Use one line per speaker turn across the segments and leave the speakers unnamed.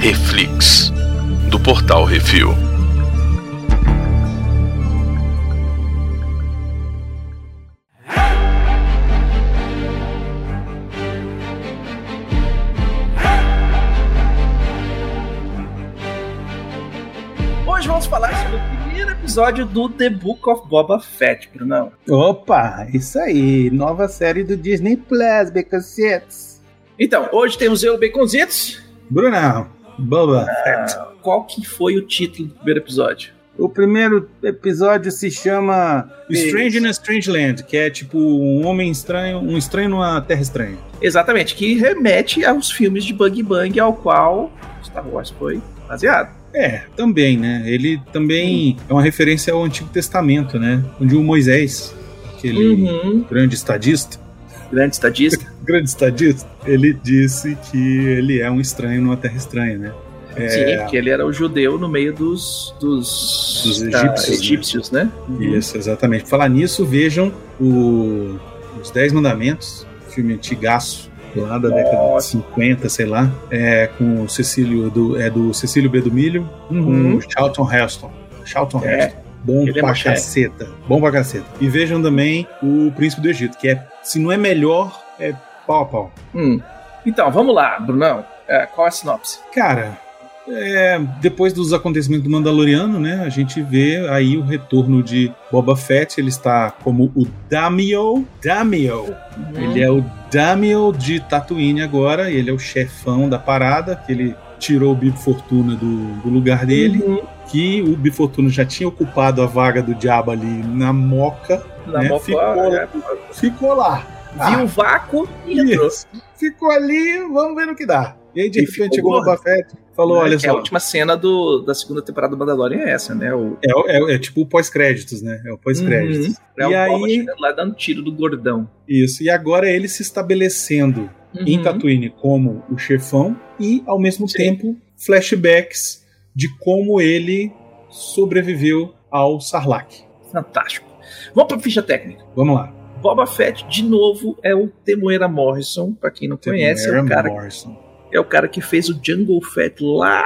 Reflix, do portal Refil.
Hoje vamos falar sobre o primeiro episódio do The Book of Boba Fett, Brunão.
Opa, isso aí, nova série do Disney Plus, Becacetes.
Então, hoje temos eu, Baconzitos.
Brunão, Boba Fett.
Qual que foi o título do primeiro episódio?
Ah. O primeiro episódio se chama
Isso.
Strange in a Strange Land, que é tipo um homem estranho, um estranho numa terra estranha.
Exatamente, que remete aos filmes de Bang Bang, ao qual Star Wars foi baseado.
É, também, né? Ele também é uma referência ao Antigo Testamento, né? Onde o Moisés, aquele
Uhum.
grande estadista,
Grande estadista.
grande estadista, ele disse que ele é um estranho numa terra estranha, né?
Sim, porque ele era o judeu no meio dos. dos.
Dos egípcios, né?
egípcios, né?
Isso, exatamente. Falar nisso, vejam o- os Dez Mandamentos, filme antigaço, lá da década
Nossa.
de 50, sei lá, é com o Cecílio do, é do Cecílio B. do Milho, com
Uhum.
o Charlton Heston. Charlton
É.
Heston. Bom
Ele é
pra
machete.
caceta. Bom pra caceta. E vejam também o Príncipe do Egito, que é, se não é melhor, é pau a pau.
Hum. Então, vamos lá, Brunão. É, qual é a sinopse?
Cara, é, depois dos acontecimentos do Mandaloriano, né? A gente vê aí o retorno de Boba Fett. Ele está como o Damio. Damio. Ele é o Damio de Tatooine agora. Ele é o chefão da parada. Que ele tirou o Bib Fortuna do, do lugar dele.
Uhum.
Que o Bib Fortuna já tinha ocupado a vaga do diabo ali na moca.
Na
né?
mó-
Ficou-
é,
Ficou lá.
Viu o vácuo e entrou.
Tá. Isso. Ficou ali, vamos ver no que dá. E aí, de
E
repente,
ficou
chegou o
gordo.
Boba Fett falou:
né,
olha
que é a
só.
última cena do, da segunda temporada do Mandalorian é essa, né? O,
É, o- é o- é tipo o pós-créditos, né? É o pós-créditos.
é
E
o Boba
aí-
chegando lá dando tiro do gordão. Uhum.
Isso. E agora é ele se estabelecendo em Tatooine como o chefão e, ao mesmo
Sim.
tempo, flashbacks de como ele sobreviveu ao Sarlacc.
Fantástico. Vamos pra ficha técnica.
Vamos lá.
Boba Fett, de novo, é o Temuera Morrison, pra quem não conhece, é o,
Temuera
cara,
Morrison.
é o cara que fez o Jungle Fett lá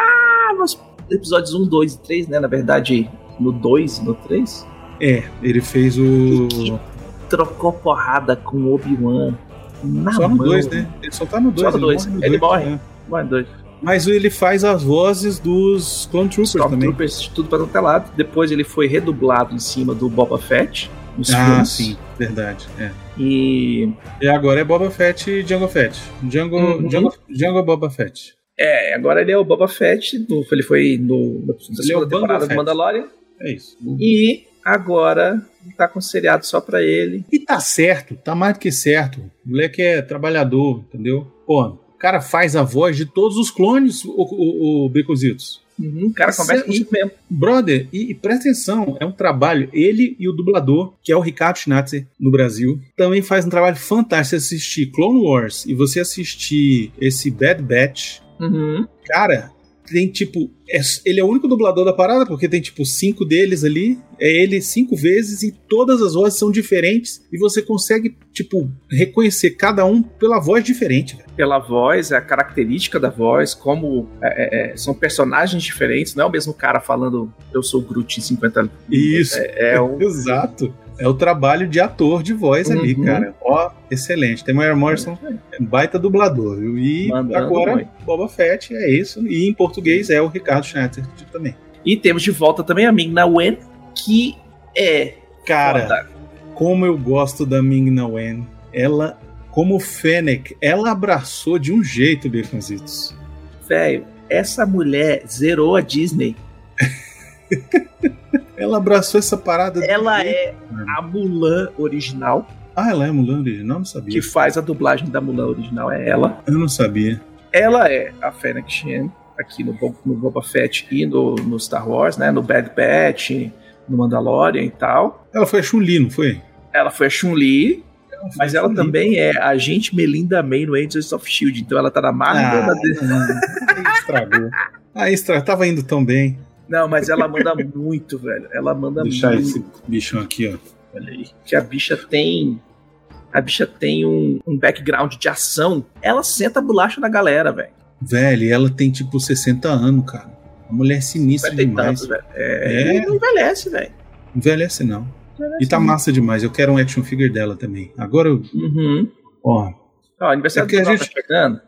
nos episódios 1, 2 e 3, né? Na verdade, no 2 e no 3.
É, ele fez o.
Que- Trocou porrada com o Obi-Wan. Na
Só no
mão.
2, né? Ele só tá no
Só
2.
no dois. Ele morre.
né?
Ué, dois.
Mas ele faz as vozes dos Clone Troopers também.
Stormtroopers de tudo pra todo lado. Depois ele foi redublado em cima do Boba Fett. Nos
Ah,
filmes.
sim, verdade. É.
E
E agora é Boba Fett e Django Fett. Django,
Uhum.
Django, Django Boba Fett.
é, agora ele é o Boba Fett. do- ele foi no, na
é o
segunda
Boba
temporada do
Fett.
Mandalorian.
É isso.
E agora tá com seriado só pra ele.
E tá certo, tá mais do que certo. O moleque é trabalhador, entendeu? Pô, o cara faz a voz de todos os clones, o, o, o Beconzitos.
Uhum, o cara conversa
Sim.
com isso mesmo.
Brother, e, e presta atenção, é um trabalho. Ele e o dublador, que é o Ricardo Schnatzer, no Brasil, também faz um trabalho fantástico. Você assistir Clone Wars e você assistir esse Bad Batch,
Uhum.
Cara, tem tipo. é- ele é o único dublador da parada, porque tem tipo cinco deles ali. É ele cinco vezes e todas as vozes são diferentes. E você consegue, tipo, reconhecer cada um pela voz diferente, velho.
Pela voz, a característica da voz, como é, é, é, são personagens diferentes, não é o mesmo cara falando eu sou o Groot em 50
Isso.
É, é um.
Exato. É o trabalho de ator de voz ali,
Uhum.
cara. Ó, excelente. Tem Mayer Morrison, é um baita dublador, viu? E
Mandando
agora,
muito.
Boba Fett, é isso. E em português é o Ricardo Schneider também.
E temos de volta também a Ming Na Wen, que é
Cara.
foda.
Como eu gosto da Ming-Na Wen. Ela, como Fennec, ela abraçou de um jeito, Baconzitos.
Velho, essa mulher zerou a Disney.
Ela abraçou essa parada.
Ela
do...
é a Mulan original.
Ah, ela é Mulan original? Eu não sabia.
Que faz a dublagem da Mulan original é ela.
Eu não sabia.
Ela é a Fennec Shen, aqui no, Bo- no Boba Fett e no, no Star Wars, né? No Bad Batch, no Mandalorian e tal.
Ela foi a Chun-Li, não foi?
Ela foi a Chun-Li,
Ela foi
mas
a
ela
Chun-Li.
também é a agente Melinda May no Agents of S.H.I.E.L.D. Então ela tá na marca
Ah,
da... de-
não. Aí estragou. Aí estragou. Tava indo tão bem.
Não, mas ela manda muito, velho. Ela manda
Deixar
muito.
esse bichão aqui, ó.
Olha aí. Que a bicha tem. A bicha tem um, um background de ação. Ela senta a bolacha na galera, velho.
Velho, ela tem tipo 60 anos, cara. A mulher é sinistra demais.
Tanto, velho. É,
É.
Ele não envelhece, velho.
Envelhece não.
Não envelhece
E tá massa demais. Eu quero um action figure dela também. Agora, eu-
não. Uhum.
ó.
Ó, aniversário
É
do
porque a
Bruno
gente-
tá chegando.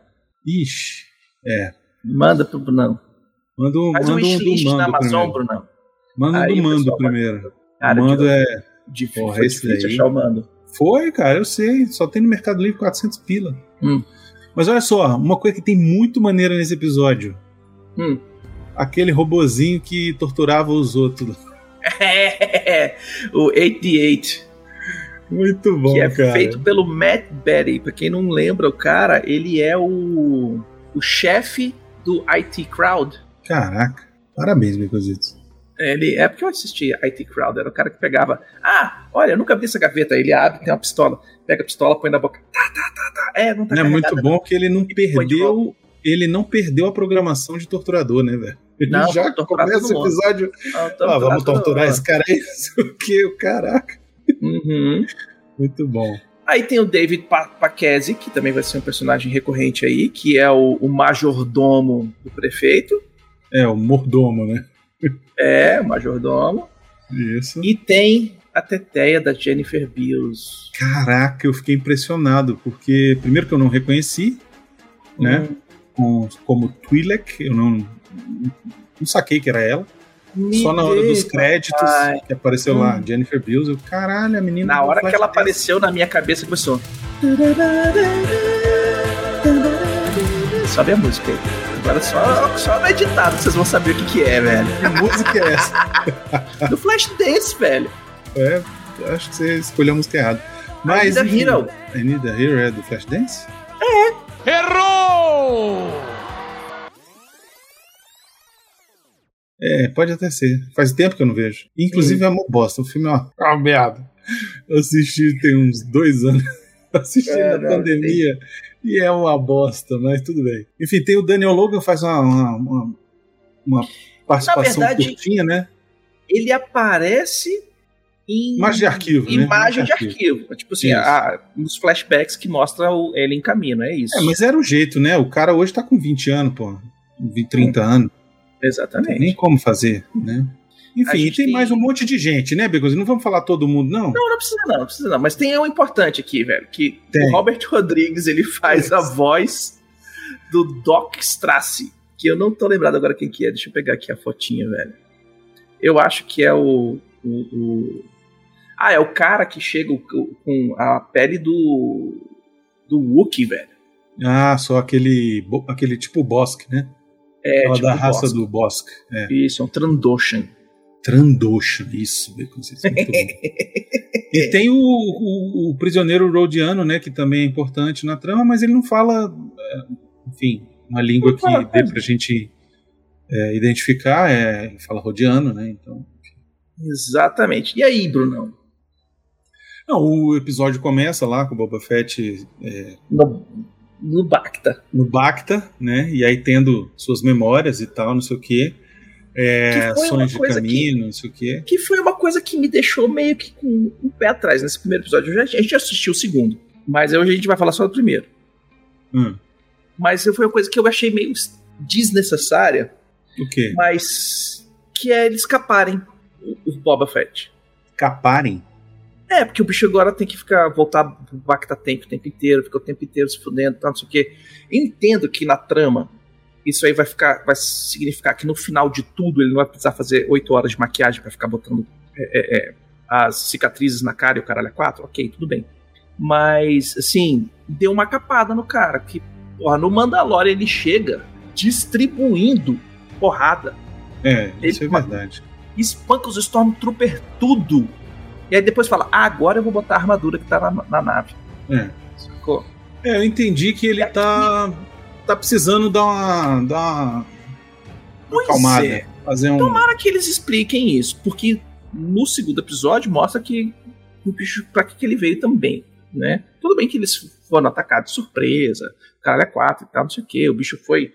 Ixi. É.
Manda pro Brunão.
Manda um,
Faz
manda
um
um do
wishlist
Mando
na Amazon,
primeiro.
Brunão.
Manda um
Aí
do
o
Mando
pessoal vai-
primeiro.
Cara,
o Mando
de,
é.
de,
Porra,
foi
esse
difícil
daí.
achar o Mando.
Foi, cara, eu sei. Só tem no Mercado Livre 400 pila.
Hum.
Mas olha só, uma coisa que tem muito maneira nesse episódio.
Hum.
Aquele robozinho que torturava os outros.
É, o 88,
Muito bom,
que é
cara.
feito pelo Matt Berry. Pra quem não lembra, o cara, ele é o, o chefe do IT Crowd.
Caraca. Parabéns, Micositos.
Ele, é porque eu assisti IT Crowd, era o cara que pegava. Ah, olha, eu nunca abri essa gaveta. Ele abre, tem uma pistola. Pega a pistola, põe na boca. Tá, tá, tá, tá. É, não tá
É muito
carregada,
bom que ele não
não. E põe de
perdeu
volta.
ele não perdeu a programação de torturador, né, velho? Ele
Não,
já
vou torturar
começa
todo
o
mundo.
episódio.
Ah,
ah, vamos torturar
não.
esse cara aí, não sei o que, caraca.
Uhum.
Muito bom.
Aí tem o David Pa- Pachese, que também vai ser um personagem recorrente aí, que é o, o majordomo do prefeito.
É, o mordomo, né?
É, o majordomo.
Isso.
E tem a teteia da Jennifer Beals.
Caraca, eu fiquei impressionado, porque primeiro que eu não reconheci, né?
Hum,
Com, como Twi'lek, eu não, não saquei que era ela.
Hum, me
Só na hora
vê,
dos créditos
papai.
que apareceu lá, Jennifer Beals, eu, caralho, a menina.
Na
do
hora que ela
Flashdance.
apareceu na minha cabeça, começou. Sobe a música aí. Agora só, só no editado vocês vão saber o que, que é, velho.
Que música é essa?
Do Flashdance, velho.
É, acho que você escolheu a música errada. Mas.
I Need a
enfim,
Hero.
I Need a Hero é do Flashdance? É, pode até ser. Faz tempo que eu não vejo. Inclusive é uma bosta. O filme é uma, é uma merda. Eu assisti tem uns dois anos. Assisti na
Caralho,
pandemia. E é uma bosta, mas tudo bem. Enfim, tem o Daniel Logan, faz uma, uma, uma- uma participação
Na verdade-
curtinha, né?
Ele aparece em.
Imagem de arquivo, né?
Imagem de arquivo. Tipo assim,
Isso.
a- nos flashbacks que mostra o- ele em caminho, é isso.
É, mas era o jeito, né? O cara hoje tá com 20 anos, pô. 20, 30 anos. Não tem
Exatamente.
nem como fazer, né?
A
Enfim, e
gente
tem
tem-
mais um monte de gente, né, Begozinho? Não vamos falar todo mundo, não?
Não, não precisa não, não precisa não. Mas tem um importante aqui, velho, que
Tem.
o Robert Rodrigues, ele faz a voz do Doc Strasse, que eu não tô lembrado agora quem que é, deixa eu pegar aqui a fotinha, velho. Eu acho que é o... o, o- Ah, é o cara que chega o- o- com a pele do... do Wookie, velho.
Ah, só aquele, bo- aquele tipo bosque, né?
É,
Ela
tipo
da
o
raça
Boss.
do Bosque. É.
Isso, é um Trandoshan.
Trandoshan, isso, Beconzitos, muito bom. E tem o, o- o prisioneiro Rodiano, né? Que também é importante na trama, mas ele não fala, é, enfim, uma língua que
fala,
dê pra gente é, identificar. É, ele fala Rodiano, né? Então.
Exatamente. E aí, Brunão?
Não, o episódio começa lá com o Boba Fett
No, no Bacta.
no Bacta, né? E aí tendo suas memórias e tal, não sei o quê. É,
Que foi uma
sonhos de
coisa que-
caminho, não sei o quê.
Que foi uma coisa que me deixou meio que com um pé atrás nesse primeiro episódio. Eu já- a gente já assistiu o segundo, mas hoje a gente vai falar só do primeiro.
Hum,
Mas foi uma coisa que eu achei meio s- desnecessária,
o quê?
mas que é eles escaparem o, o Boba Fett.
Caparem?
É, porque o bicho agora tem que ficar, voltar pro Bacta Tempo o tempo inteiro, fica o tempo inteiro se fudendo, tal, não sei o quê. Entendo que na trama isso aí vai ficar, vai significar que no final de tudo ele não vai precisar fazer oito horas de maquiagem pra ficar botando é, é, é, as cicatrizes na cara e o caralho é quatro. Ok, tudo bem. Mas, assim, deu uma capada no cara, que, porra, no Mandalore ele chega distribuindo porrada
É, isso
Ele-
é verdade.
espanca os Stormtrooper tudo. E aí depois fala, ah, agora eu vou botar a armadura que tá na, na nave.
É.
Sacou?
É, eu entendi que ele tá, tá precisando dar uma, dar uma
Pois
acalmada.
é.
Fazer um.
Para que eles expliquem isso, porque no segundo episódio mostra que o bicho, pra que, que ele veio também, né? Tudo bem que eles foram atacados de surpresa, o cara é quatro e tal, não sei o que, o bicho foi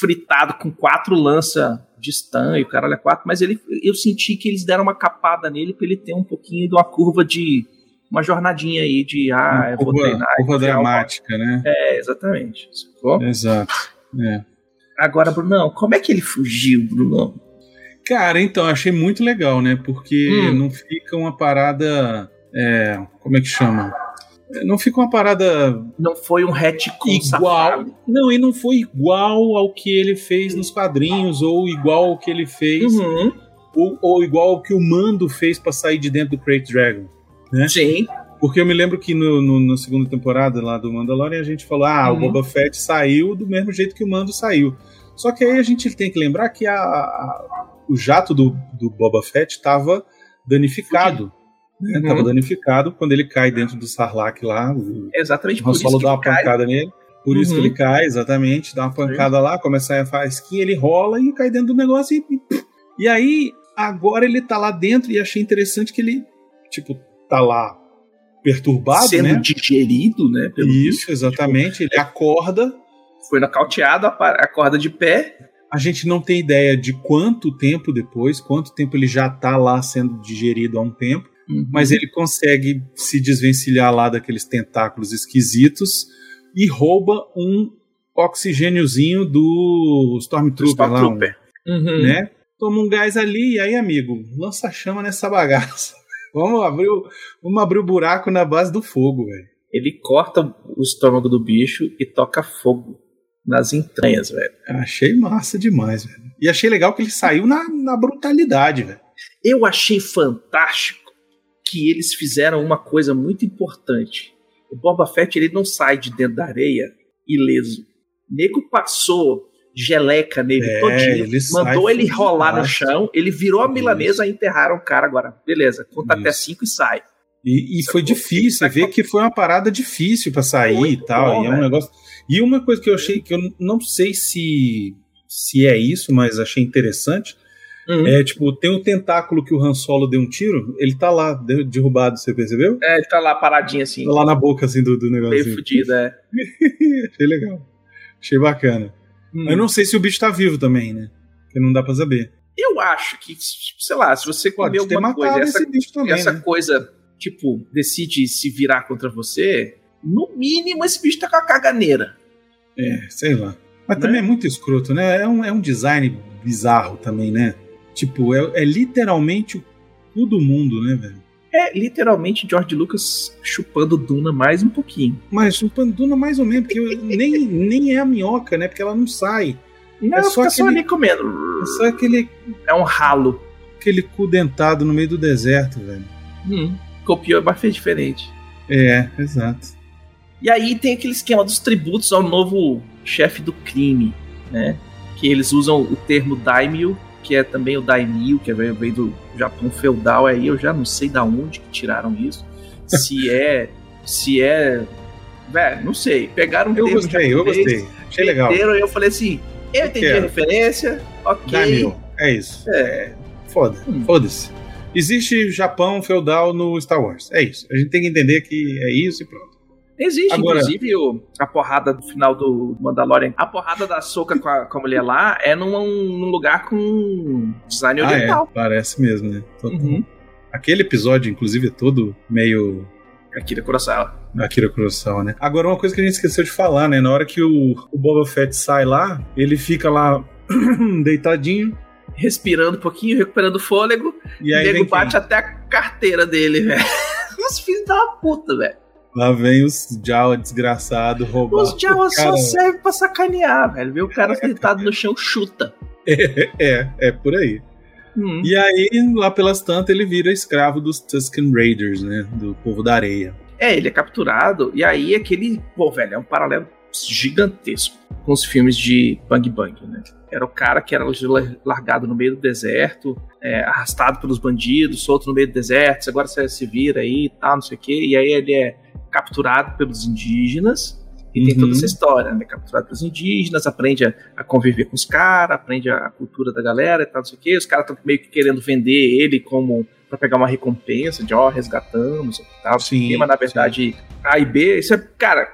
fritado com quatro lança de stun e o caralho é quatro, mas ele, eu senti que eles deram uma capada nele pra ele ter um pouquinho de uma curva de, uma jornadinha aí de, ah,
uma
eu vou
curva,
treinar. e
curva
criar uma-
dramática, né?
É, exatamente. Sacou?
Exato. É.
Agora, Brunão, como é que ele fugiu, Brunão?
Cara, então, achei muito legal, né? Porque
Hum.
não fica uma parada. é, como é que chama? Não fica uma parada
Não foi um retcon
igual.
safado.
Não, e não foi igual ao que ele fez nos quadrinhos, ou igual ao que ele fez,
Uhum,
ou, ou igual ao que o Mando fez pra sair de dentro do Crate Dragon.
sim.
Porque eu me lembro que no, no- na segunda temporada lá do Mandalorian a gente falou: ah,
Uhum.
o Boba Fett saiu do mesmo jeito que o Mando saiu. Só que aí a gente tem que lembrar que a- a- o jato do, do Boba Fett estava danificado. Né?
Uhum.
Tava danificado quando ele cai dentro do Sarlacc lá. O
É Exatamente por
Han
isso
Solo
que
dá uma
ele cai.
pancada nele. Por isso que
Uhum.
ele cai, exatamente. Dá uma pancada lá, começa a faísquinha, ele rola e cai dentro do negócio. E, e aí, agora ele tá lá dentro e achei interessante que ele, tipo, tá lá perturbado,
sendo um
né?
digerido, né? Pelo
Isso, exatamente.
é.
Ele acorda.
Foi nocauteado, a par- a corda de pé.
A gente não tem ideia de quanto tempo depois, quanto tempo ele já tá lá sendo digerido há um tempo. mas ele consegue se desvencilhar lá daqueles tentáculos esquisitos e rouba um oxigêniozinho do Stormtrooper, lá, um,
Stormtrooper. Uhum.
né? Toma um gás ali e aí, amigo, lança a chama nessa bagaça. Vamos abrir o, vamos abrir o buraco na base do fogo, velho.
Ele corta o estômago do bicho e toca fogo nas entranhas, velho.
Achei massa demais, velho. E achei legal que ele saiu na, na brutalidade, velho.
Eu achei fantástico que eles fizeram uma coisa muito importante. O Boba Fett ele não sai de dentro da areia ileso. O nego passou geleca nele
É,
todinho,
ele sai
mandou ele
fudidaço.
rolar no chão, ele virou a
Isso.
milanesa e enterraram o cara agora. Beleza, conta até
Isso.
cinco e sai.
E, e
é
foi difícil, ver que foi uma parada difícil pra sair
Muito
e tal.
bom, né?
e é
velho.
um negócio. E uma coisa que eu achei que eu n- não sei se se é isso, mas achei interessante.
Uhum.
É tipo, tem um tentáculo que o Han Solo deu um tiro, ele tá lá de- derrubado, você percebeu?
É, ele tá lá paradinho assim,
Tá lá na boca assim do, do
meio
negocinho.
fudido, é.
achei legal. Achei bacana.
Hum.
Eu não sei se o bicho tá vivo também, né? Porque não dá pra saber.
Eu acho que, sei lá, se você comer
Pode ter
alguma
matado
coisa, essa
esse bicho também,
essa
né?
coisa, tipo, decide se virar contra você, no mínimo esse bicho tá com a caganeira.
É, sei lá. Mas
Né?
também é muito escroto, né? É um, é um design bizarro também, né? Tipo, é, é literalmente o cu do mundo, né, velho?
É literalmente George Lucas chupando Duna mais um pouquinho.
Mas o Panduna mais ou menos, porque eu- nem, nem é a minhoca, né? Porque ela não sai.
Não,
É só
fica só
aquele-
ali comendo.
É só aquele,
É um ralo.
aquele cu dentado no meio do deserto, velho.
Hum, copiou, mas fez diferente.
É, exato.
E aí tem aquele esquema dos tributos ao novo chefe do crime, né? Que eles usam o termo daimyo, que é também o daimyo, que veio veio do Japão feudal aí, eu já não sei da onde que tiraram isso. Se é. se é. Véi, não sei. Pegaram um
Eu
termo
gostei, eu
japonês,
gostei. Achei legal.
meteram, e eu falei assim, eu entendi a
quero.
referência, ok.
Daimyo. É isso.
É.
Foda.
Hum.
Foda-se. Existe Japão feudal no Star Wars. É isso. A gente tem que entender que é isso e pronto.
Existe,
Agora-
inclusive, o- a porrada do final do Mandalorian. A porrada da soca com a, com a mulher lá é num, num lugar com design
Ah, é.
oriental.
Parece mesmo, né? Total.
Uhum.
Aquele episódio, inclusive, é todo meio
Akira Kurosawa.
Akira Kurosawa, né? Agora, uma coisa que a gente esqueceu de falar, né? Na hora que o, o Boba Fett sai lá, ele fica lá deitadinho
Respirando um pouquinho, recuperando o fôlego.
e
o
aí
nego
vem
bate até a carteira dele, velho. Os filhos da puta, velho.
quem? Lá vem os Jawa desgraçado roubar.
Os Jawas só
Ah, cara.
servem pra sacanear, velho. Vê o cara deitado no chão, chuta.
É, é por aí.
Hum.
E aí, lá pelas tantas, ele vira escravo dos Tusken Raiders, né? Do povo da areia.
É, ele é capturado, e aí aquele. Pô, velho, é um paralelo gigantesco com os filmes de Bang Bang, né? Era o cara que era largado no meio do deserto, é, arrastado pelos bandidos, solto no meio do deserto, agora você se vira aí e tal, não sei o quê. E aí ele é capturado pelos indígenas, e tem
Uhum.
toda essa história, né? Capturado pelos indígenas, aprende a, a conviver com os caras, aprende a cultura da galera e tal, não sei o quê. Os caras estão meio que querendo vender ele como. Pra pegar uma recompensa de ó, resgatamos e tal. não sei o
Sim,
quê, mas na verdade, A e B, isso é, cara,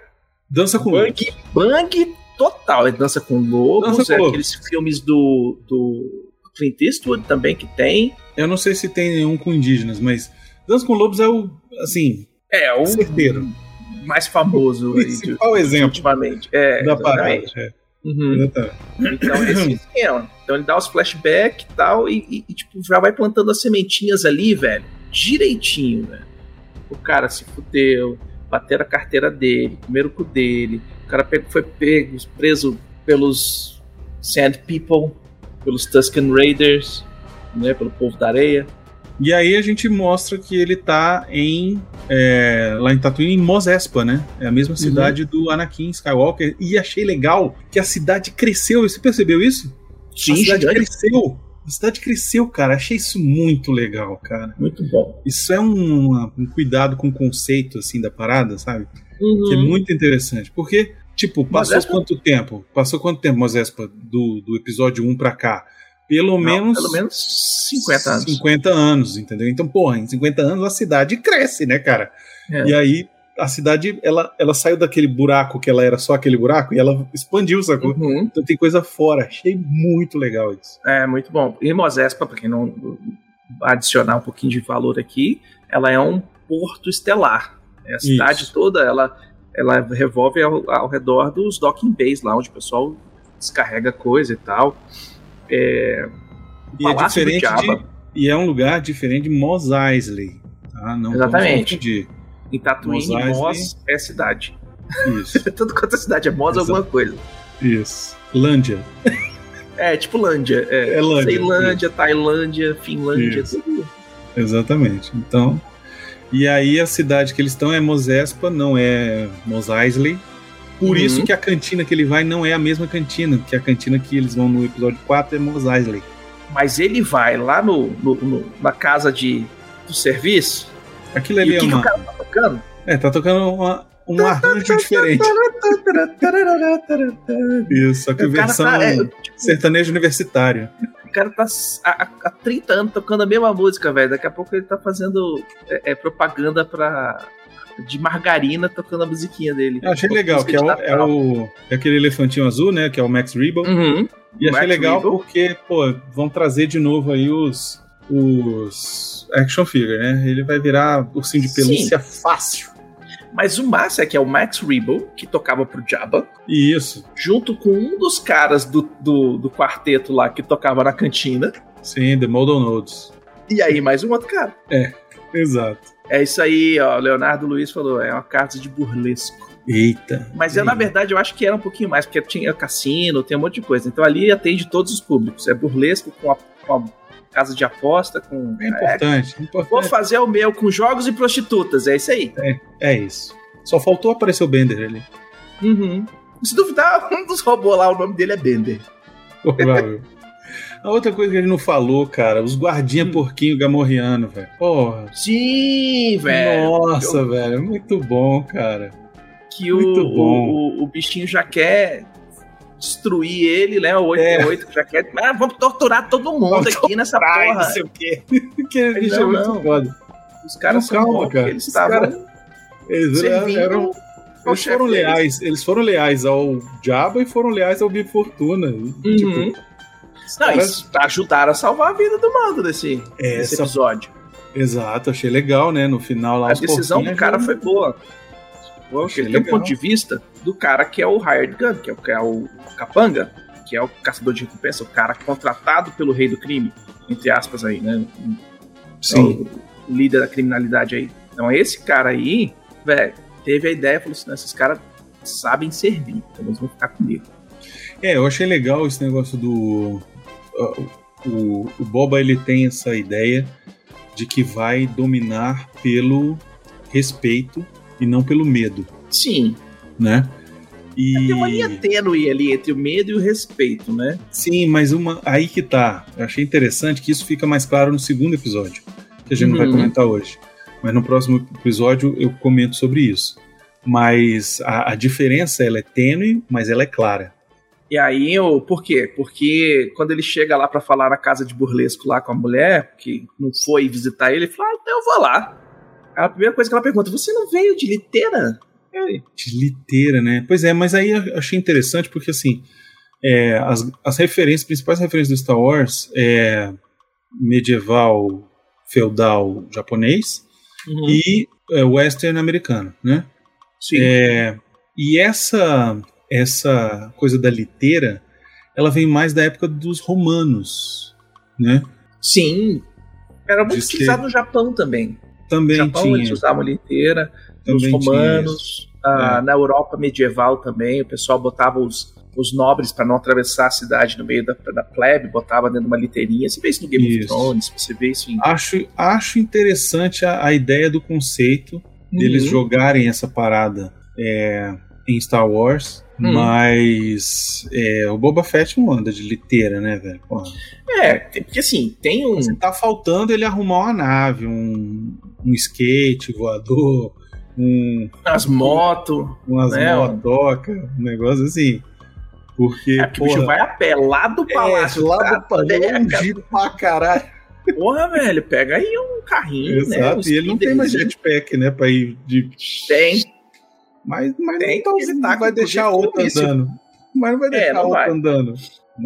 Dança com
bang, bang total. É Dança com Lobos,
Dança com
é
Lobos.
aqueles filmes do, do Clint Eastwood também que tem.
Eu não sei se tem nenhum com indígenas, mas Dança com Lobos é o, assim,
É, o
Certeiro.
mais famoso aí de-
principal exemplo
ultimamente. É,
da parada.
exatamente.
é.
Uhum.
Exatamente.
Então, esse esquema. Então, ele dá os flashbacks e tal, e, e- e, tipo, já vai plantando as sementinhas ali, velho, direitinho, velho. O cara se fudeu, bateram a carteira dele, comeram o cu dele, o cara pe- foi pego, preso pelos Sand People, pelos Tusken Raiders, né, pelo povo da areia.
E aí a gente mostra que ele tá em. é, lá em Tatooine, em Mos Espa, né? É a
Uhum.
mesma cidade do Anakin Skywalker. E achei legal que a cidade cresceu. Você percebeu isso? a cidade
gigante.
cresceu. A cidade cresceu, cara. Achei isso muito legal, cara.
Muito bom.
Isso é um, um cuidado com o conceito, assim, da parada, sabe?
Uhum.
Que é muito interessante. Porque, tipo, passou
Espa-
quanto tempo? Passou quanto tempo, Mosespa, do, do episódio 1 pra cá?
Não,
Pelo menos.
Pelo menos 50 anos.
50 anos, entendeu? Então, porra, em 50 anos a cidade cresce, né, cara?
É.
E aí a cidade, ela, ela saiu daquele buraco que ela era só aquele buraco e ela expandiu, sacou?
Uhum.
Então tem coisa fora. Achei muito legal isso.
É, muito bom. E Mosespa, para quem não adicionar um pouquinho de valor aqui, ela é um porto estelar. É, A cidade
Isso.
toda, ela, ela revolve ao, ao redor dos docking bays lá, onde o pessoal descarrega coisa e tal. É,
E
Palácio do
é diferente de,
Diabo.
E é um lugar diferente de Mos Eisley. Tá? Não
Exatamente.
De,
em Tatooine,
Mos Eisley.
Mos é cidade.
isso,
Tudo quanto é cidade, é Mos
Exato.
alguma coisa.
isso. Lândia.
É, tipo Lândia. É,
É Lândia,
Ceilândia, Tailândia, Finlândia,
Isso.
tudo.
Exatamente. Então. E aí a cidade que eles estão é Mosespa, não é Mos Eisley. Por
Uhum.
isso que a cantina que ele vai não é a mesma cantina, que a cantina que eles vão no episódio 4 é Mos Eisley.
Mas ele vai lá no, no- no- na casa de, do serviço,
Aquilo
E
ali
o
é
que que
uma.
o cara tá tocando?
É, tá tocando uma- um arranjo diferente. Isso, só que
O cara,
versão
tá, é,
sertanejo universitário.
o cara tá s- há, há- há 30 anos tocando a mesma música, velho. Daqui a pouco ele tá fazendo é, é, propaganda pra, de margarina tocando a musiquinha dele.
Eu achei legal, que é o, é o- é aquele elefantinho azul, né? Que é o Max Rebo.
Uhum.
E achei
Max
legal
Rebo.
porque, pô, vão trazer de novo aí os, os action figure, né? Ele vai virar ursinho de
Sim.
pelúcia fácil.
Mas o massa é que é o Max Rebo, que tocava pro Jabba,
E isso,
junto com um dos caras do, do, do quarteto lá que tocava na cantina,
sim, The Model Nodes.
e aí mais um outro cara.
Exato.
É isso aí, ó. Leonardo Luiz falou, é uma casa de burlesco.
Eita.
Mas é, na
Eita.
verdade, eu acho que era um pouquinho mais, porque tinha cassino, tem um monte de coisa. Então ali atende todos os públicos. É burlesco com a, com a casa de aposta, com.
É importante. É,
Vou
importante.
fazer o meu com jogos e prostitutas, é isso aí.
é isso. Só faltou aparecer o Bender ali. É.
Uhum. Se duvidar, um dos robôs lá, o nome dele é Bender.
Provável. A outra coisa que ele não falou, cara, os
Hum.
guardinha porquinho gamorriano, velho. Porra.
Sim, velho.
Nossa, velho. Muito bom, cara.
Que o,
muito bom.
o, o bichinho já quer destruir ele, né? O 8
É.
é. 8 já quer. Ah, vamos torturar todo mundo
Vamos
aqui nessa porra.
o quê. Aquele bicho é
Não,
muito
não.
foda.
Os caras
Não, calma,
são bons, porque
cara.
eles
Os
estavam
Eles
servindo.
eram,
ao
eles
chefe
foram
deles.
leais. Eles foram leais ao Diabo e foram leais ao Bifortuna. E,
Uhum. Não,
cara-
isso ajudaram a salvar a vida do mando nesse, nesse
essa-
episódio.
Exato, achei legal, né? No final lá
A
os
decisão do
porquinhos
cara
já-
foi boa. Boa, Porque
Achei
tem um
né? é legal.
ponto de vista do cara que é o Hired Gun, que é o, que é o capanga, que é o caçador de recompensa, o cara contratado pelo rei do crime, entre aspas aí, né?
Sim.
É o líder da criminalidade aí. Então esse cara aí, velho, teve a ideia e falou assim, "Não, esses caras sabem servir, então eles vão ficar comigo.
É, eu achei legal esse negócio do. uh, o, o Boba ele tem essa ideia de que vai dominar pelo respeito e não pelo medo,
Sim,
né? E
tem uma linha tênue ali entre o medo e o respeito, né?
sim, mas uma aí que tá. Eu achei interessante que isso fica mais claro no segundo episódio, que a gente não vai
Uhum.
comentar hoje. Mas no próximo episódio eu comento sobre isso. Mas a, a diferença ela é tênue, mas ela é clara.
E aí, eu, por quê? Porque quando ele chega lá pra falar na casa de burlesco lá com a mulher, que não foi visitar ele, ele fala, ah, então eu vou lá. É A primeira coisa que ela pergunta, você não veio de liteira? Ele,
De liteira, né? Pois é, mas aí eu achei interessante porque, assim, é, as, as referências, principais referências do Star Wars é medieval, feudal japonês
Uhum.
e é, western americano, né?
sim.
É, e essa essa coisa da liteira, ela vem mais da época dos romanos, né?
Sim. Era muito
Diz que-
utilizado no Japão também. No
Também
Japão
tinha.
eles usavam liteira, nos
também tinha isso.
romanos,
é.
ah, na Europa medieval também, o pessoal botava os, os nobres para não atravessar a cidade no meio da, da plebe, botava dentro de uma liteirinha. Você vê isso no Game
Isso.
of Thrones, você vê isso em.
Acho, acho interessante a, a ideia do conceito deles
Uhum.
jogarem essa parada é, em Star Wars,
Uhum.
mas é, o Boba Fett não anda de liteira, né, velho? Porra.
É, tem- porque assim, tem um.
Tá faltando ele arrumar uma nave, um, um skate voador, um,
As motos.
umas
É, ó.
motoca, um negócio assim. Porque,
É, porque o
porra,
bicho vai a pé lá do palácio.
é, lá
tá?
do longe pra caralho.
Porra, velho, pega aí um carrinho, né?
Exato,
um
e ele não tem mais
speederzinho.
jetpack, né, pra ir de...
Tem,
Mas, mas
Tem,
não tá
ele
usando,
tá com
vai deixar outro
compromisso.
andando. Mas não vai deixar
É, não
outro
vai.
andando.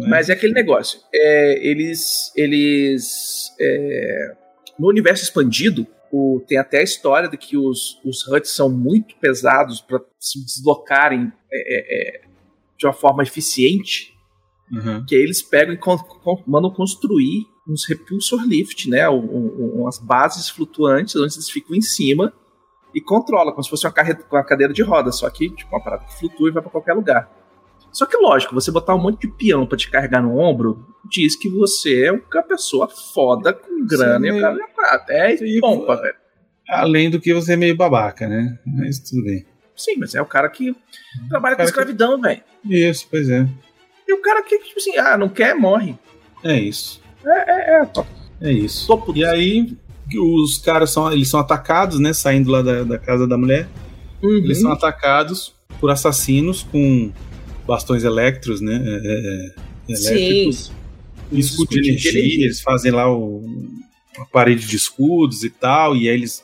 Mas é aquele negócio. é, eles. Eles. é, no universo expandido, o- tem até a história de que os, os HUDs são muito pesados para se deslocarem é, é, é, de uma forma eficiente.
Uhum.
Que aí eles pegam e con- con- mandam construir uns repulsor lift, né? um- um- umas bases flutuantes onde eles ficam em cima e controla, como se fosse uma, carre- uma cadeira de roda, só que tipo, uma parada que flutua e vai pra qualquer lugar. Só que lógico, você botar um monte de peão pra te carregar no ombro diz que você é uma pessoa foda com grana e o cara já tá. É
Sim,
pompa,
claro.
velho.
Além do que você é meio babaca, né? Mas tudo bem.
Sim, mas é o cara que trabalha com
Uhum. Cara que-
escravidão, velho.
Isso, pois é.
E o cara que, tipo assim, ah, não quer, morre.
É isso.
É, é, top,
É isso.
topo
E aí, os caras são, eles são atacados, né? Saindo lá da, da casa da mulher.
Uhum.
Eles são atacados por assassinos com bastões elétricos, né? É, é, é,
Sim.
elétricos. Escudo de energia, eles fazem lá o, a parede de escudos e tal, e aí eles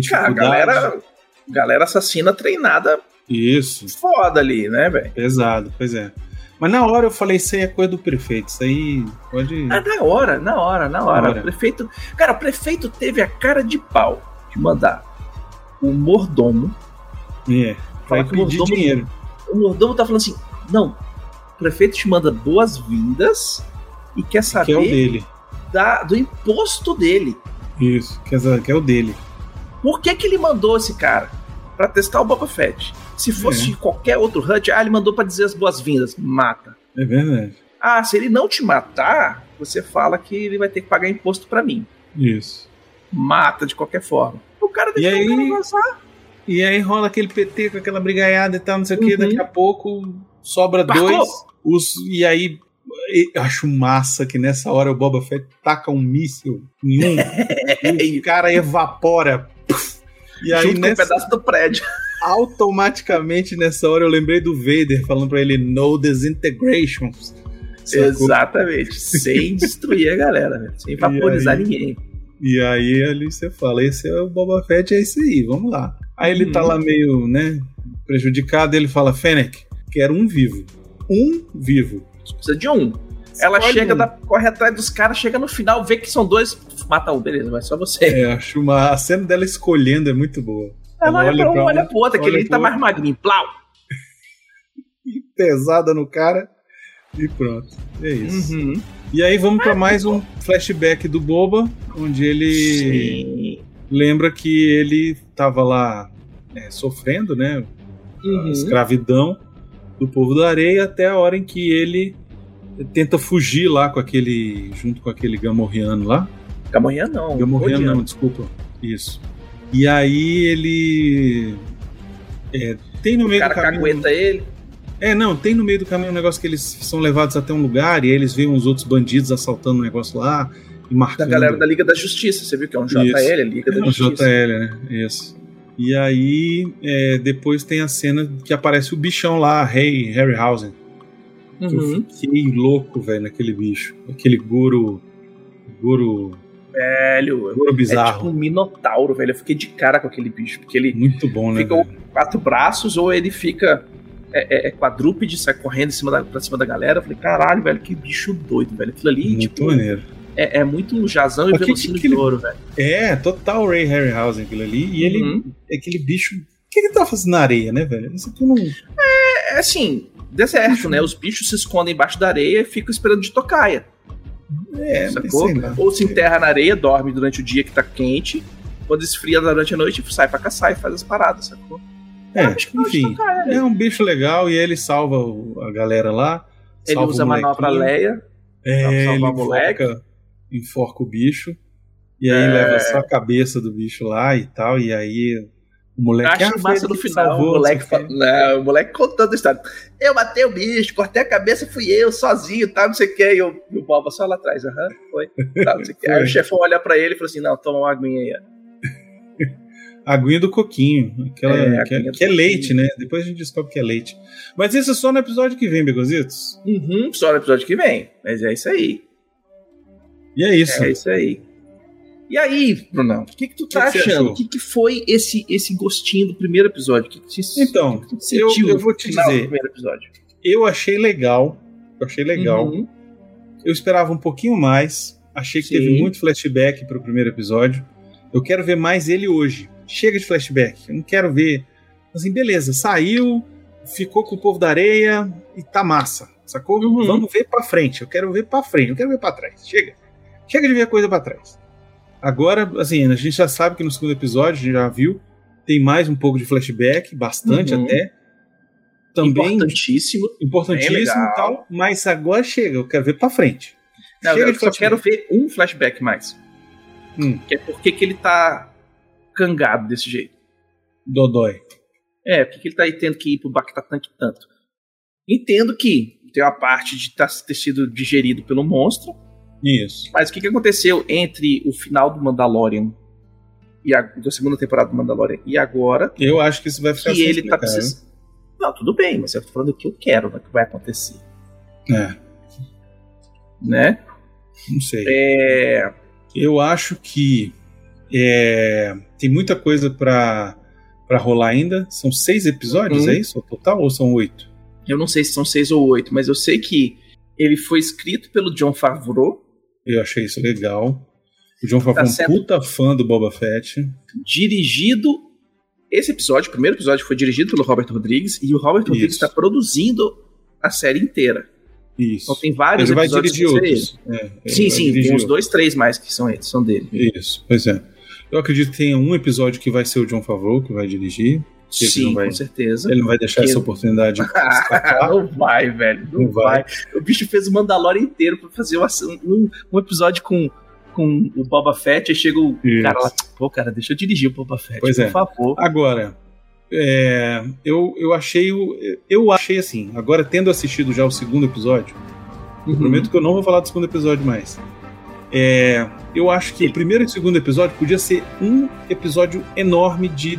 Cara, Ah, Tipo, a
dificuldade.
galera, galera assassina treinada
Isso,
foda ali, né, velho?
pesado, pois é. Mas na hora eu falei, isso aí é coisa do prefeito, isso aí pode.
Ah, na hora, na hora, na hora.
hora.
O prefeito. Cara, o prefeito teve a cara de pau de mandar o mordomo.
É, vai
que o
pedir
mordomo-
dinheiro.
O mordomo tá falando assim: não, o prefeito te manda boas-vindas e quer
Que é o
saber
dele.
da- do imposto dele.
Isso, que é, que é o dele.
Por que, que ele mandou esse cara? Pra testar o Boba Fett. Se fosse
É.
de qualquer outro HUD, ah, ele mandou pra dizer as boas-vindas. Mata.
É verdade.
Ah, se ele não te matar, você fala que ele vai ter que pagar imposto pra mim.
Isso.
Mata de qualquer forma. O cara
E
deixou
aí-
o cara vazar.
E aí rola aquele PT com aquela brigaiada e tal, não sei o que,
Uhum.
daqui a pouco sobra
Marcou.
dois. Os, e aí e- acho massa que nessa hora o Boba Fett taca um míssil em um, e o cara evapora. Puf. E aí
É junto com um
nessa,
pedaço do prédio.
automaticamente nessa hora eu lembrei do Vader falando pra ele no disintegrations. Sacou?
Exatamente. Sem destruir a galera, velho. sem vaporizar ninguém.
E aí ali você fala, esse é o Boba Fett, é isso aí, vamos lá. Aí ele tá
Uhum.
lá meio, né, prejudicado, ele fala, Fennec, quero um vivo. Um vivo.
Só Precisa de um. Ela
Escolhe
chega,
um.
dá- corre atrás dos caras, chega no final, vê que são dois, mata um, beleza, mas só você.
É, acho uma... A cena dela escolhendo é muito boa.
Ela olha pra um,
pra
olha pro outro, aquele
olha
ali tá
pro
mais magrinho. Plau!
E pesada no cara e pronto. É isso.
Uhum.
E aí vamos pra mais um flashback do Boba, onde ele...
Sim.
lembra que ele estava lá é, sofrendo, né? A
Uhum.
escravidão do povo da areia até a hora em que ele tenta fugir lá com aquele. junto com aquele gamorreano lá.
Gamorreano não.
Gamorreano
Odiano.
não, desculpa. Isso. E aí ele. é, tem no
O
meio
cara
do caminho.
cagueta ele.
É, não, tem no meio do caminho um negócio que eles são levados até um lugar e aí eles veem uns outros bandidos assaltando um negócio lá e
da
marcando.
galera da Liga da Justiça. Você viu que é um JL,
Isso.
Liga da
É o
Justiça.
JL, né? Isso. E aí, é, depois tem a cena que aparece o bichão lá, Rei Harryhausen. Que
Uhum.
Eu fiquei louco, velho, naquele bicho. Aquele guru. Guru.
Velho,
Guru
é tipo
bizarro.
um minotauro, velho. Eu fiquei de cara com aquele bicho, porque ele
Muito bom, né?
fica
velho?
ou com quatro braços ou ele fica é, é- é quadrúpede, sai correndo em cima da, pra cima da galera. Eu falei, caralho, velho, que bicho doido, velho. Aquilo ali,
Muito
tipo,
maneiro.
é, é muito jazão e
Mas que-
velocino
que que ele-
de ouro, velho.
É, total Ray Harryhausen aquilo ali. E ele
Uhum.
tá é aquele bicho. O que, que ele tava fazendo na areia, né, velho? Isso aqui não.
É assim, deserto, né? Os bichos se escondem embaixo da areia e ficam esperando de tocaia.
É,
Sacou?
sei lá.
Ou se enterra na areia, dorme durante o dia que tá quente. Quando esfria durante a noite, sai pra caçar e faz as paradas, sacou?
É,
Eu acho que não
enfim.
tocaia, né?
É um bicho legal e ele salva o- a galera lá.
Ele
salva o
usa a manopra
molequinho.
Leia. pra
É, ele
salvar o moleque.
enforca, enforca o bicho. E aí
É.
leva só a cabeça do bicho lá e tal. E aí o moleque.
Acho
"Ah, foi
massa
ele
no
que
final,
salvou,
o moleque,
não sei o
fa- não, o moleque contando a história. Eu matei o bicho, cortei a cabeça, fui eu, sozinho, tá, não sei o que. E o e o Boba só lá atrás, aham, foi. Tá, não sei o que. Aí
Foi.
o chefão olha pra ele e fala assim, não, toma uma aguinha aí. ó.
quê." Aguinha do coquinho. Aquela,
É,
que,
aguinha do
que é
coquinho.
leite, né? Depois a gente descobre que é leite. Mas isso é só no episódio que vem, Begositos.
Uhum, só no episódio que vem. Mas é isso aí,
E é isso.
é isso aí. E aí, Brunão, o que, que tu tá
que que você
achando?
achou?
O que, que foi esse, esse gostinho do primeiro episódio? O que, que te
Então,
o que que tu
eu-
sentiu
eu
no
vou te
final
dizer.
do primeiro episódio?
eu achei legal. Eu achei legal.
Uhum.
Eu esperava um pouquinho mais. Achei que
Sim.
teve muito flashback pro primeiro episódio. Eu quero ver mais ele hoje. Chega de flashback. Eu não quero ver. Assim, beleza, saiu, ficou com o povo da areia e tá massa. Sacou?
Uhum.
Vamos ver pra frente. Eu quero ver pra frente. Eu quero ver pra trás. Chega. Chega de ver coisa pra trás. Agora, assim, a gente já sabe que no segundo episódio, a gente já viu, tem mais um pouco de flashback, bastante
Uhum.
até. Também
Importantíssimo. Bem
importantíssimo
É legal.
e tal, mas agora chega, eu quero ver pra frente.
Não,
chega
eu só quero ver um flashback mais.
Hum.
Que é porque que ele tá cangado desse jeito.
Dodói.
É, porque que ele tá aí tendo que ir pro Bactatank tanto. Entendo que tem uma parte de tá, ter sido digerido pelo monstro,
Isso.
mas o que, que aconteceu entre o final do Mandalorian e a da segunda temporada do Mandalorian e agora
Eu assim, acho que isso vai ficar
que
sem
ele tá
explicar,
precisando. Não, tudo bem, mas eu tô falando o que eu quero, né, que vai acontecer,
né?
né?
É, não sei.
É,
Eu acho que é, tem muita coisa pra, pra rolar ainda. São seis episódios,
Uhum.
é isso? O total ou são oito?
eu não sei se são seis ou oito, mas eu sei que ele foi escrito pelo John Favreau,
Eu achei isso legal. O John Favreau
Tá
é um
certo.
puta fã do Boba Fett.
dirigido. Esse episódio, o primeiro episódio, foi dirigido pelo Robert Rodrigues e o Robert Rodrigues
Isso.
está produzindo a série inteira.
Isso.
Então tem vários
Ele vai
episódios
dirigir
que vão ser
outros. É,
ele.
ele
Sim,
vai
sim,
dirigir
tem uns
outros.
dois, três mais que são, são dele.
Isso, pois é. Eu acredito que tenha um episódio que vai ser o John Favreau que vai dirigir. Ele
Sim,
não vai-
com certeza.
Ele não vai deixar
Que-
essa oportunidade escapar.
não vai, velho. Não,
Não
vai.
vai.
O bicho fez o Mandalorian inteiro pra fazer uma- um, um episódio com, com o Boba Fett. Aí chega o
Isso.
cara lá. Pô, cara, deixa eu dirigir o Boba Fett,
Pois
por
é.
favor.
Agora, é, eu, eu achei o- eu achei assim, agora tendo assistido já o segundo episódio, eu
Uhum.
prometo que eu não vou falar Ah, do segundo episódio mais. É, eu acho que o primeiro e o segundo episódio podia ser um episódio enorme de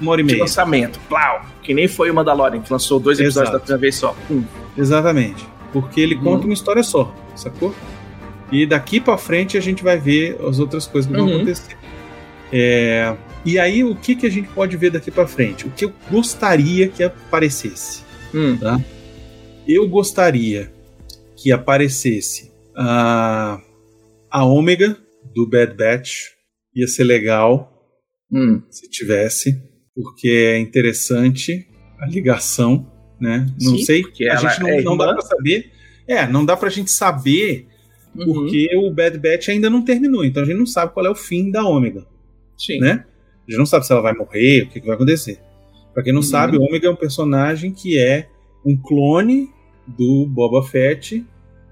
uma hora e
Hum, De
meia.
lançamento. Plau. Que nem foi o Mandalorian, que lançou dois episódios
Exato.
da primeira vez só. Um.
Exatamente. Porque ele
Uhum.
conta uma história só, sacou? E daqui pra frente a gente vai ver as outras coisas que
Uhum.
vão acontecer. É, E aí, o que, que a gente pode ver daqui pra frente? O que eu gostaria que aparecesse?
Hum.
Eu gostaria que aparecesse a, a Ômega do Bad Batch. Ia ser legal
Hum,
se tivesse, porque é interessante a ligação, né? Não
Sim,
sei,
porque
a
ela
gente não,
é
não dá
irmã.
pra saber. É, não dá pra gente saber
uhum,
porque o Bad Batch ainda não terminou, então a gente não sabe qual é o fim da Ômega,
sim.
né? A gente não sabe se ela vai morrer, o que, que vai acontecer. Pra quem não
Uhum.
sabe, o Ômega é um personagem que é um clone do Boba Fett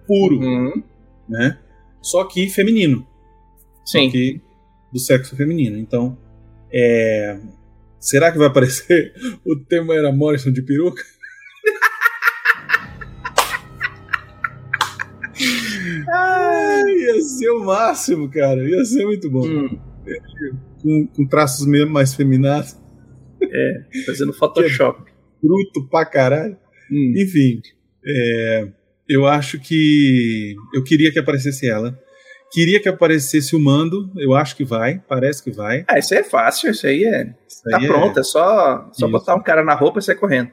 puro,
Uhum,
né? Só que feminino. Só
sim.
que do sexo feminino. Então, é, será que vai aparecer o tema era Morrison de peruca? Ai, ia ser o máximo, cara. Ia ser muito bom.
Hum,
Com, com traços mesmo mais feminados,
fazendo Photoshop.
bruto pra caralho.
Hum.
Enfim, é, eu acho que. Eu queria que aparecesse ela. Queria que aparecesse o Mando. Eu acho que vai. Parece que vai.
Ah, isso aí é fácil, isso aí é.
Isso
Tá
aí é-
pronto, é, só, só
Isso.
botar um cara na roupa e sair correndo.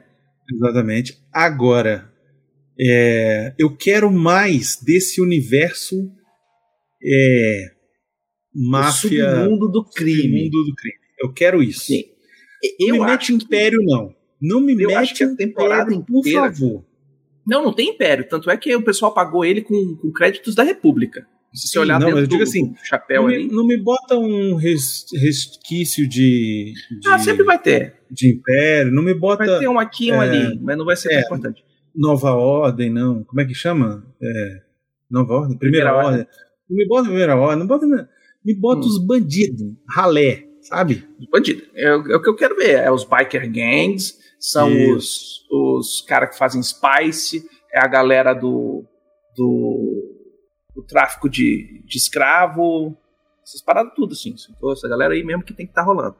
Exatamente. Agora, é, eu quero mais desse universo é,
O
máfia,
submundo do crime.
mundo do crime. Eu quero isso.
Sim. E-
Não
Eu
me mete
acho que-
império, não. Não me
eu
mete
acho que a temporada
império, por
inteira-
favor.
Não, não tem império. Tanto é que o pessoal pagou ele com, com créditos da República. Se você
Sim,
olhar
não,
dentro
eu digo
do
assim,
chapéu
Não me,
ali.
não me bota um res- resquício de, de,
Ah, sempre vai ter.
de império, não me
Vai
bota
ter um aqui e um
é,
ali, mas não vai ser tão
é,
importante.
nova ordem, não. Como é que chama? É, nova ordem? Primeira,
Primeira
ordem. Não me bota primeira ordem, não bota, na- me bota
Hum.
os bandidos, ralé, sabe?
Bandido. É, o- é o que eu quero ver. É os biker gangs, são os, os caras que fazem spice, é a galera do, do, do tráfico de, de escravo. Essas paradas tudo, assim. sacou? Essa galera aí mesmo que tem que estar rolando.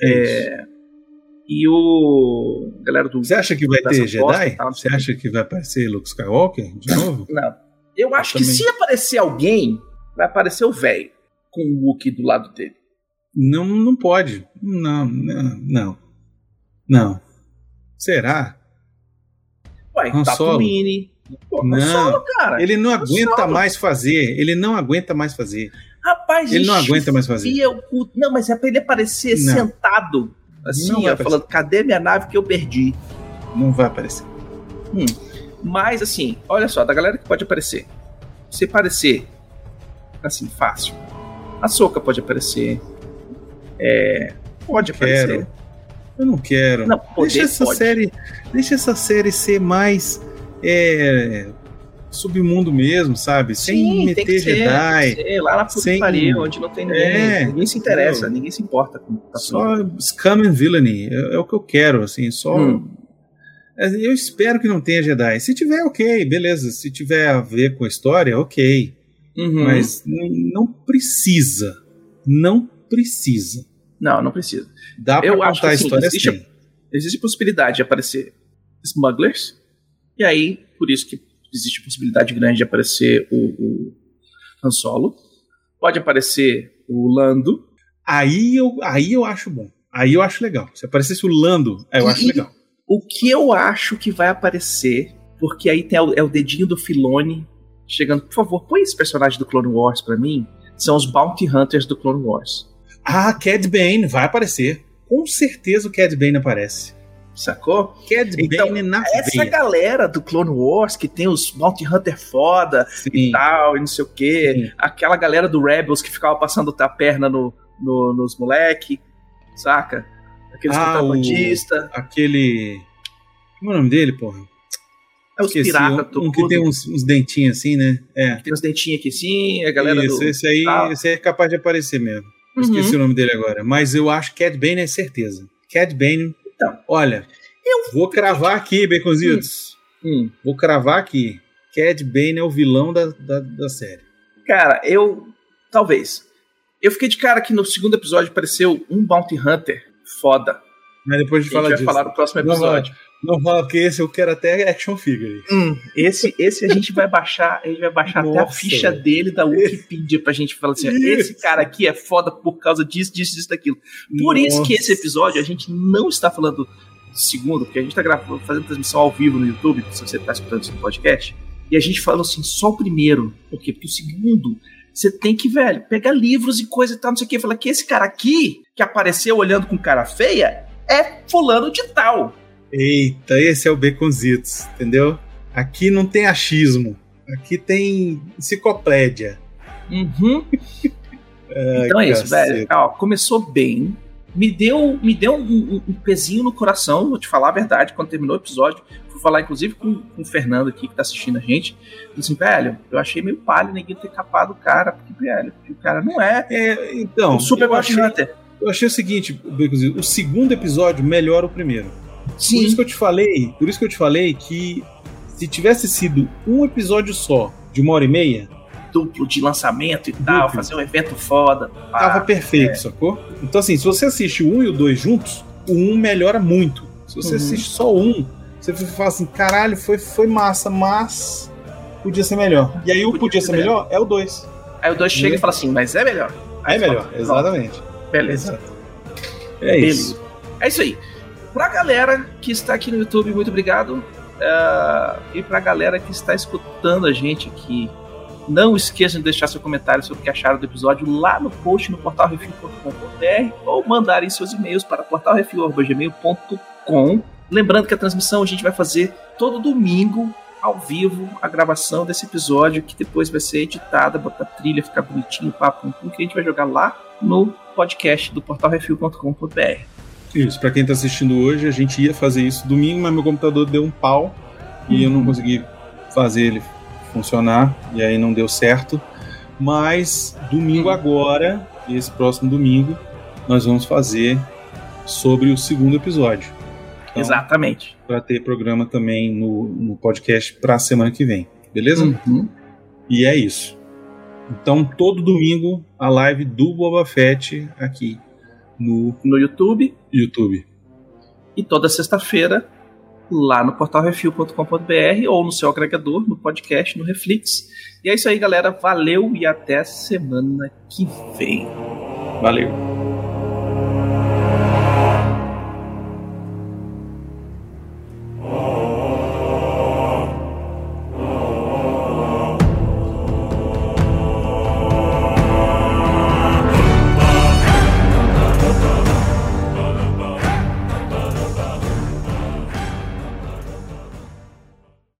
É isso.
E o. a Galera do.
Você acha que vai
dessa
ter
aposta
Jedi?
e tal, não
Você
sei.
acha que vai aparecer Luke Skywalker de novo?
Não. Eu acho que
também.
se aparecer alguém, vai aparecer o velho com o Wookiee do lado dele.
Não, não pode. Não, não, não. Não. Será?
Ué,
Han Solo.
Tatooine. Pô, Han
Não.
Solo, cara.
Ele não
Han Solo.
aguenta mais fazer. Ele não aguenta mais fazer.
Rapaz,
Ele não
enchia
aguenta mais fazer.
o cu- Não, mas é pra ele aparecer
Não.
sentado. Assim,
Não vai
ó, falando, cadê minha nave que eu perdi?
Não vai aparecer.
Mas, assim, olha só, da galera que pode aparecer. Se aparecer, assim, fácil. A Soca pode aparecer. É. Pode
Quero.
aparecer.
Eu não quero.
Não, poder
deixa essa
pode.
série. Deixa essa série ser mais. é, submundo mesmo, sabe? Sem
Sim, tem que
meter
ser,
Jedi.
tem que ser, lá na puta
sem-
que pariu, onde não tem ninguém.
É,
ninguém se interessa,
entendeu?
ninguém se importa com tá
Só Scam and Villainy. É, é o que eu quero, assim. Só.
Hum.
É, Eu espero que não tenha Jedi. Se tiver, ok, beleza. Se tiver a ver com a história, ok.
Uhum.
Mas n- não precisa. Não precisa.
Não, não precisa.
Dá pra
Eu
contar
acho que,
a
assim,
história
existe-
assim.
Existe possibilidade de aparecer smugglers, e aí, por isso que existe possibilidade grande de aparecer o, o Han Solo. Pode aparecer o Lando.
Aí eu, aí eu acho bom. Aí eu acho legal. Se aparecesse o Lando, aí eu acho
E-
legal.
O que eu acho que vai aparecer, porque aí tem o- é o dedinho do Filone chegando, por favor, põe esse personagem do Clone Wars pra mim. São os Bounty Hunters do Clone Wars.
Ah, Cad Bane vai aparecer. Com certeza o Cad Bane aparece.
Sacou?
Cad
Então,
Bane na
Essa
veia.
galera do Clone Wars que tem os Bounty Hunter foda e
Sim,
tal, e não sei o quê.
sim.
Aquela galera do Rebels que ficava passando a perna no, no- nos moleque, saca? Aqueles
Ah,
contrabandistas,
Aquele. Como é o nome dele, porra?
é os
Esqueci,
pirata
um, um
tudo.
que tem uns, uns dentinhos assim, né? É.
Tem os dentinhos aqui sim, a galera
Isso,
do.
esse aí,
tal.
esse aí é capaz de aparecer mesmo.
Uhum.
Eu Esqueci o nome dele agora. Mas eu acho que Cad Bane é certeza. Cad Bane.
Então.
olha, eu vou cravar aqui, Baconzitos.
Hum.
Vou cravar aqui. Cad Bane é o vilão da, da, da série.
Cara, eu. Talvez. Eu fiquei de cara que no segundo episódio apareceu um Bounty Hunter foda.
Mas
A
depois a gente
gente
fala
vai
disso.
falar no próximo
Não,
episódio.
Não fala, porque esse eu quero até action figure.
Hum, esse, esse a gente vai baixar, a gente vai baixar até a
Nossa,
ficha
velho.
dele da Wikipedia pra gente falar assim: ó,
Isso.
esse cara aqui é foda por causa disso, disso, disso, daquilo. Por isso que esse episódio a gente não está falando de segundo, porque a gente está gravando, fazendo transmissão ao vivo no YouTube, se você está escutando isso no podcast, e a gente falou assim, só o primeiro. Por quê? Porque o segundo, você tem que, velho, pegar livros e coisa e tal, não sei o quê. Falar que esse cara aqui, que apareceu olhando com cara feia, é fulano de tal.
Eita, esse é o Baconzitos, entendeu? Aqui não tem achismo. Aqui tem enciclopédia.
Uhum. Então é isso,
caceta.
velho. Ó, começou bem. Me deu, me deu um, um- um pezinho no coração, vou te falar a verdade, quando terminou o episódio. Fui falar, inclusive, com, com o Fernando aqui, que tá assistindo a gente. Falei assim, velho, eu achei meio palha ninguém ter capado o cara, porque, velho, o cara não é
É, então,
um super
eu achei,
Bounty Hunter.
eu achei o seguinte, Baconzitos, o segundo episódio melhora o primeiro. Por isso
Sim.
que eu te falei, por isso que eu te falei que se tivesse sido um episódio só, de uma hora e meia,
Duplo de lançamento e tal,
Duplo.
fazer um evento foda. pá.
tava perfeito, sacou? Então assim, se você assiste o um e o dois juntos, o um melhora muito. Se você
Uhum.
assiste só um, você fala assim, caralho, foi, foi massa, mas podia ser melhor. E aí o podia ser melhor é o dois.
Aí o dois chega e fala assim, mas é melhor.
Aí é melhor, exatamente.
Beleza.
É
Beleza.
isso.
É isso aí. Pra galera que está aqui no YouTube, muito obrigado. Ah, e pra galera que está escutando a gente aqui, não esqueçam de deixar seu comentário sobre o que acharam do episódio lá no post no portalrefil.com.br ou mandarem seus e-mails para portalrefil.gmail.com. Lembrando que a transmissão a gente vai fazer todo domingo ao vivo a gravação desse episódio, que depois vai ser editada, botar trilha, ficar bonitinho, papo, pum, que a gente vai jogar lá no podcast do portalrefil.com.br.
Isso, pra quem tá assistindo hoje, a gente ia fazer isso domingo, mas meu computador deu um pau e eu não consegui fazer ele funcionar, e aí não deu certo. Mas domingo agora, esse próximo domingo, nós vamos fazer sobre o segundo episódio. Então,
Exatamente.
Pra ter programa também no, no podcast pra semana que vem, beleza?
Uhum.
E é isso. Então, todo domingo, a live do Boba Fett aqui no
No YouTube
YouTube.
e toda sexta-feira lá no portalrefil.com.br ou no seu agregador, no podcast, no Reflex. E é isso aí, galera. Valeu e até semana que vem.
Valeu.